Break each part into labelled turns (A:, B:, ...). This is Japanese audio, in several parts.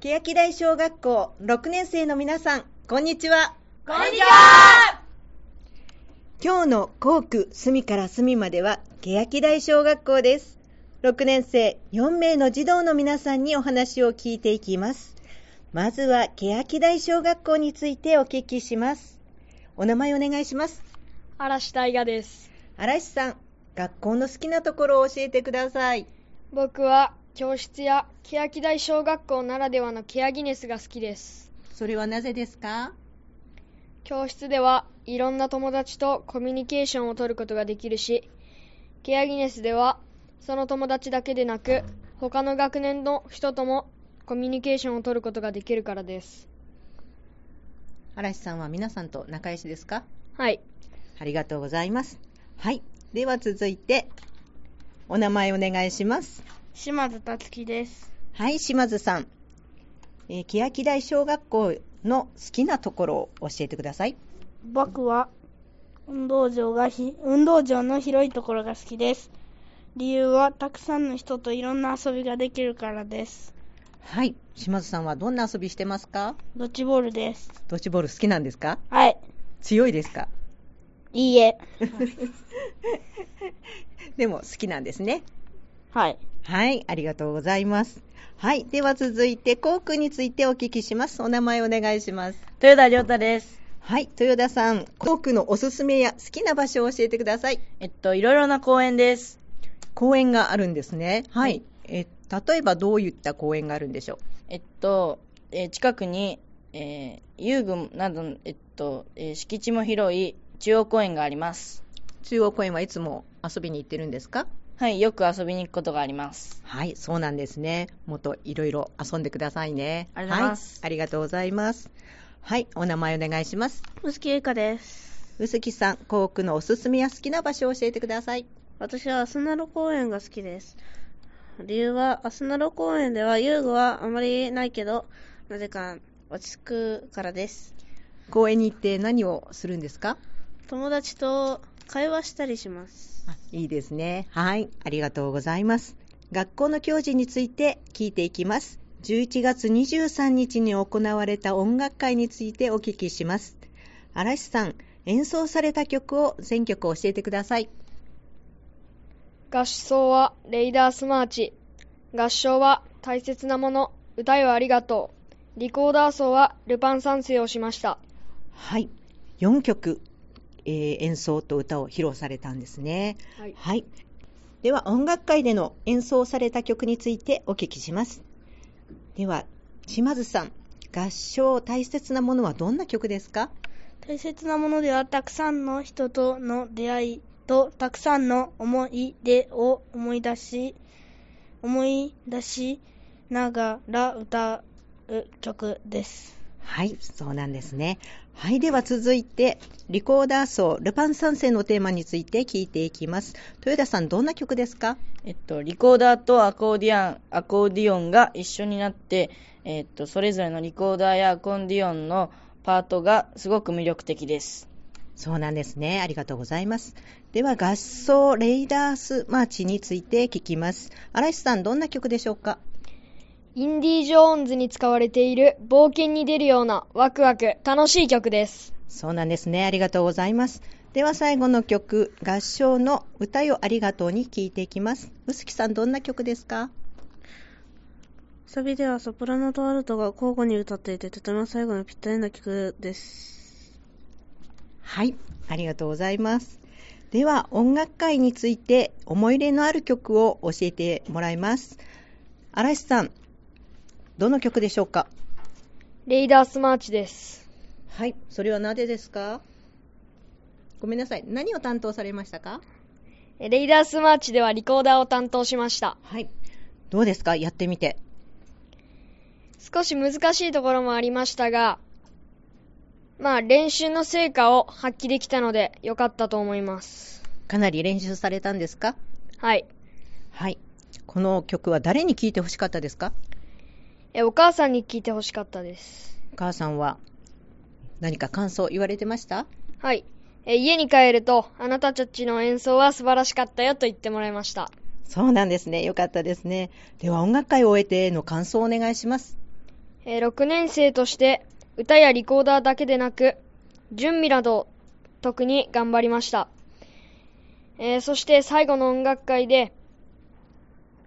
A: 欅台小学校6年生の皆さん、こんにちは。
B: こんにちは
A: 今日の校区隅から隅までは、欅台小学校です。6年生4名の児童の皆さんにお話を聞いていきます。まずは、欅台小学校についてお聞きします。お名前お願いします。
B: 嵐大我です。
A: 嵐さん、学校の好きなところを教えてください。
B: 僕は教室や欅台小学校ならではのケアギネスが好きです。
A: それはなぜですか
B: 教室ではいろんな友達とコミュニケーションを取ることができるし、ケアギネスではその友達だけでなく、他の学年の人ともコミュニケーションを取ることができるからです。
A: 嵐さんは皆さんと仲良しですか
B: はい。
A: ありがとうございます。はい。では続いて、お名前お願いします。
B: 島津たつきです。
A: はい、島津さん。えー、欅台小学校の好きなところを教えてください。
C: 僕は運動場がひ運動場の広いところが好きです理由はたくさんの人といろんな遊びができるからです
A: はい。島津さんはどんな遊びしてますか
C: ドッジボールです
A: ドッジボール好きなんですか
C: はい
A: 強いですか
C: いいえ
A: でも好きなんですね。
C: はい
A: はい、ありがとうございます。はい、では続いて、校区についてお聞きします。お名前お願いします。
C: 豊田亮太です
A: はい、豊田さん、校区のおすすめや好きな場所を教えてください。
C: えっといろいろな公園です
A: 公園があるんですね。はい。え例えばどういった公園があるんでしょう
C: えっと、近くに、遊具など、えっと敷地も広い中央公園があります
A: 中央公園はいつも遊びに行ってるんですか
C: はいよく遊びに行くことがあります
A: はい、そうなんですね。もっといろいろ遊んでくださいね。
C: ありがとうございま
A: は
C: す
A: い、ありがとうございます。はい、お名前お願いします。
C: 臼木由香です
A: 臼木さん、校区のおすすめや好きな場所を教えてください。
C: 私はアスナロ公園が好きです。理由は、アスナロ公園では遊具はあまりないけど、なぜか落ち着くからです。
A: 公園に行って何をするんですか
C: 友達と会話したりします。
A: あいいですね。はい、ありがとうございます。学校の教授について聞いていきます。11月23日に行われた音楽会についてお聞きします。嵐さん、演奏された曲を全曲教えてください。
B: 合奏はレイダースマーチ。合唱は大切なもの。歌よありがとう。リコーダー奏はルパン三世をしました。
A: はい、4曲、えー演奏と歌を披露されたんですね。
B: はい
A: はい。では音楽会での演奏された曲についてお聞きします。では島津さん、合唱大切なものはどんな曲ですか？
C: 大切なものでは、たくさんの人との出会いと、たくさんの思い出を思い出し、思い出しながら歌う曲です。
A: はい、そうなんですね。はい、では続いてリコーダー奏ルパン三世のテーマについて聞いていきます。豊田さん、どんな曲ですか？
D: えっと、リコーダーとアコーディアン、アコーディオンが一緒になって、えっと、それぞれのリコーダーやアコーディオンのパートがすごく魅力的です。
A: そうなんですね。ありがとうございます。では、合奏レイダースマーチについて聞きます。嵐さん、どんな曲でしょうか
B: インディ・ージョーンズに使われている冒険に出るようなワクワク楽しい曲です。
A: そうなんですね。ありがとうございます。では、最後の曲、合唱の歌よありがとうに聞いていきます。臼木さん、どんな曲ですか
C: サビではソプラノとアルトが交互に歌っていてとても最後にぴったりな曲です。
A: はい、ありがとうございます。では、音楽会について思い入れのある曲を教えてもらいます。嵐さん、どの曲でしょうか
B: レイダースマーチです。
A: はい、それはなぜですかごめんなさい、何を担当されましたか
B: レイダースマーチではリコーダーを担当しました。
A: はい。どうですかやってみて。
B: 少し難しいところもありましたが、まあ練習の成果を発揮できたので良かったと思います。
A: かなり練習されたんですか
B: はい。
A: はい。この曲は誰に聴いてほしかったですか
B: え、お母さんに聞いてほしかったです。
A: お母さんは何か感想言われてました
B: はい。え、家に帰ると、あなたたちの演奏は素晴らしかったよと言ってもらいました。
A: そうなんですね。よかったですね。では音楽会を終えての感想をお願いします。
B: えー6年生として歌やリコーダーだけでなく準備など特に頑張りました、えーそして最後の音楽会で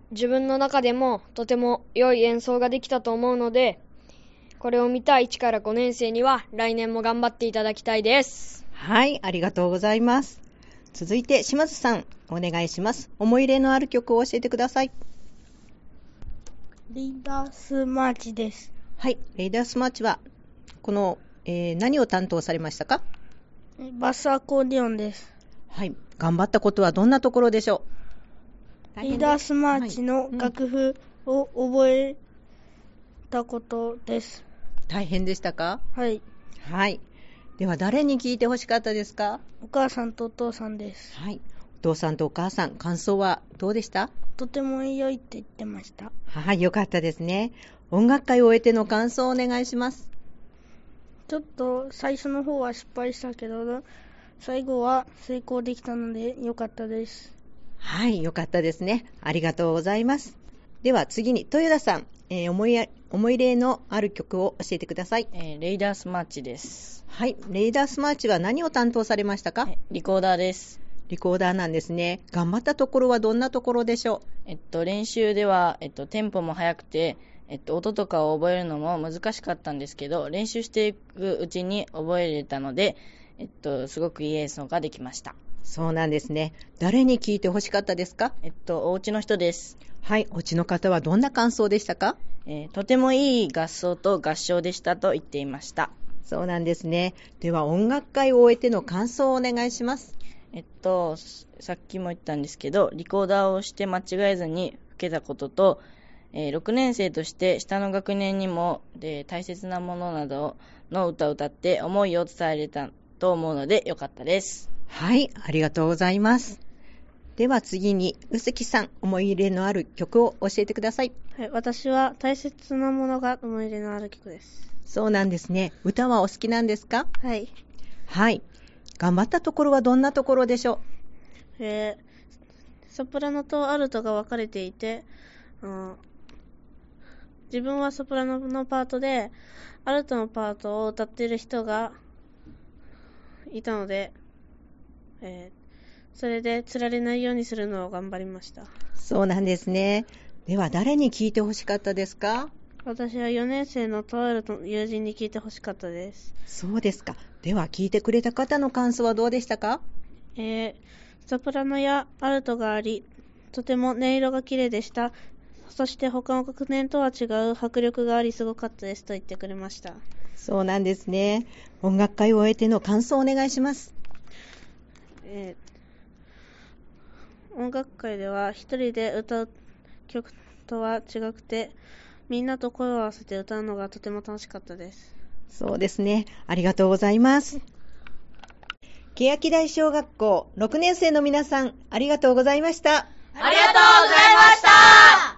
B: 自分の中でもとても良い演奏ができたと思うのでこれを見た1から5年生には来年も頑張っていただきたいです
A: はい、ありがとうございます。続いて島津さん、お願いします。思い入れのある曲を教えてください。
C: リーダースマーチです。
A: はい、レイダースマーチは、この、えー何を担当されましたか
C: バスアコーディオンです。
A: はい、頑張ったことはどんなところでしょう
C: リーダースマーチの楽譜を覚えたことです。
A: 大変でしたか
C: はい。
A: はい。では、誰に聞いてほしかったですか
C: お母さんとお父さんです。
A: はい。お父さんとお母さん、感想はどうでした
C: とても良いって言ってました。
A: はい、よかったですね。音楽会を終えての感想をお願いします。
C: ちょっと最初の方は失敗したけど、最後は成功できたので良かったです。
A: はい、よかったですね。ありがとうございます。では次に、豊田さん、えー思いや思い入れのある曲を教えてください。
D: えーレイダースマッチです。
A: はい、レーダースマーチは何を担当されましたか
D: えリコーダーです。
A: リコーダーなんですね。頑張ったところはどんなところでしょ
D: えっと、練習では、えっと、テンポも速くて、えっと、音とかを覚えるのも難しかったんですけど、練習していくうちに覚えれたので、えっと、すごくいい演奏ができました。
A: うそうなんですね。誰に聞いてほしかったですか
D: えっと、お家の人です。
A: はい、お家の方はどんな感想でしたか
D: えーとてもいい合奏と合唱でしたと言っていました。
A: そうなんですね。では音楽会を終えての感想をお願いします。
D: えっと、すさっきも言ったんですけど、リコーダーをして間違えずに吹けたことと、えー6年生として下の学年にも、で大切なものなどの歌を歌って思いを伝えれたと思うのでよかったです。
A: はい、ありがとうございます。では次に、うすきさん、思い入れのある曲を教えてください。
C: はい、私は大切なものが思い入れのある曲です。
A: そうなんですね。歌はお好きなんですか
C: はい。
A: はい。頑張ったところはどんなところでしょう
C: えーソプラノとアルトが分かれていて、うん自分はソプラノのパートで、アルトのパートを歌っている人がいたので、えーそれで釣られないようにするのを頑張りました。
A: そうなんですね。では誰に聞いてほしかったですか
C: 私は4年生のとある友人に聞いてほしかったです。
A: そうですか。では聞いてくれた方の感想はどうでしたか
C: えーソプラノやアルトがあり、とても音色が綺麗でした。そして他の学年とは違う迫力がありすごかったですと言ってくれました。
A: そうなんですね。音楽会を終えての感想をお願いします。
C: えー音楽会では一人で歌う曲とは違くて、みんなと声を合わせて歌うのがとても楽しかったです。
A: そうですね。ありがとうございます。欅台小学校6年生の皆さん、ありがとうございました。
B: ありがとうございました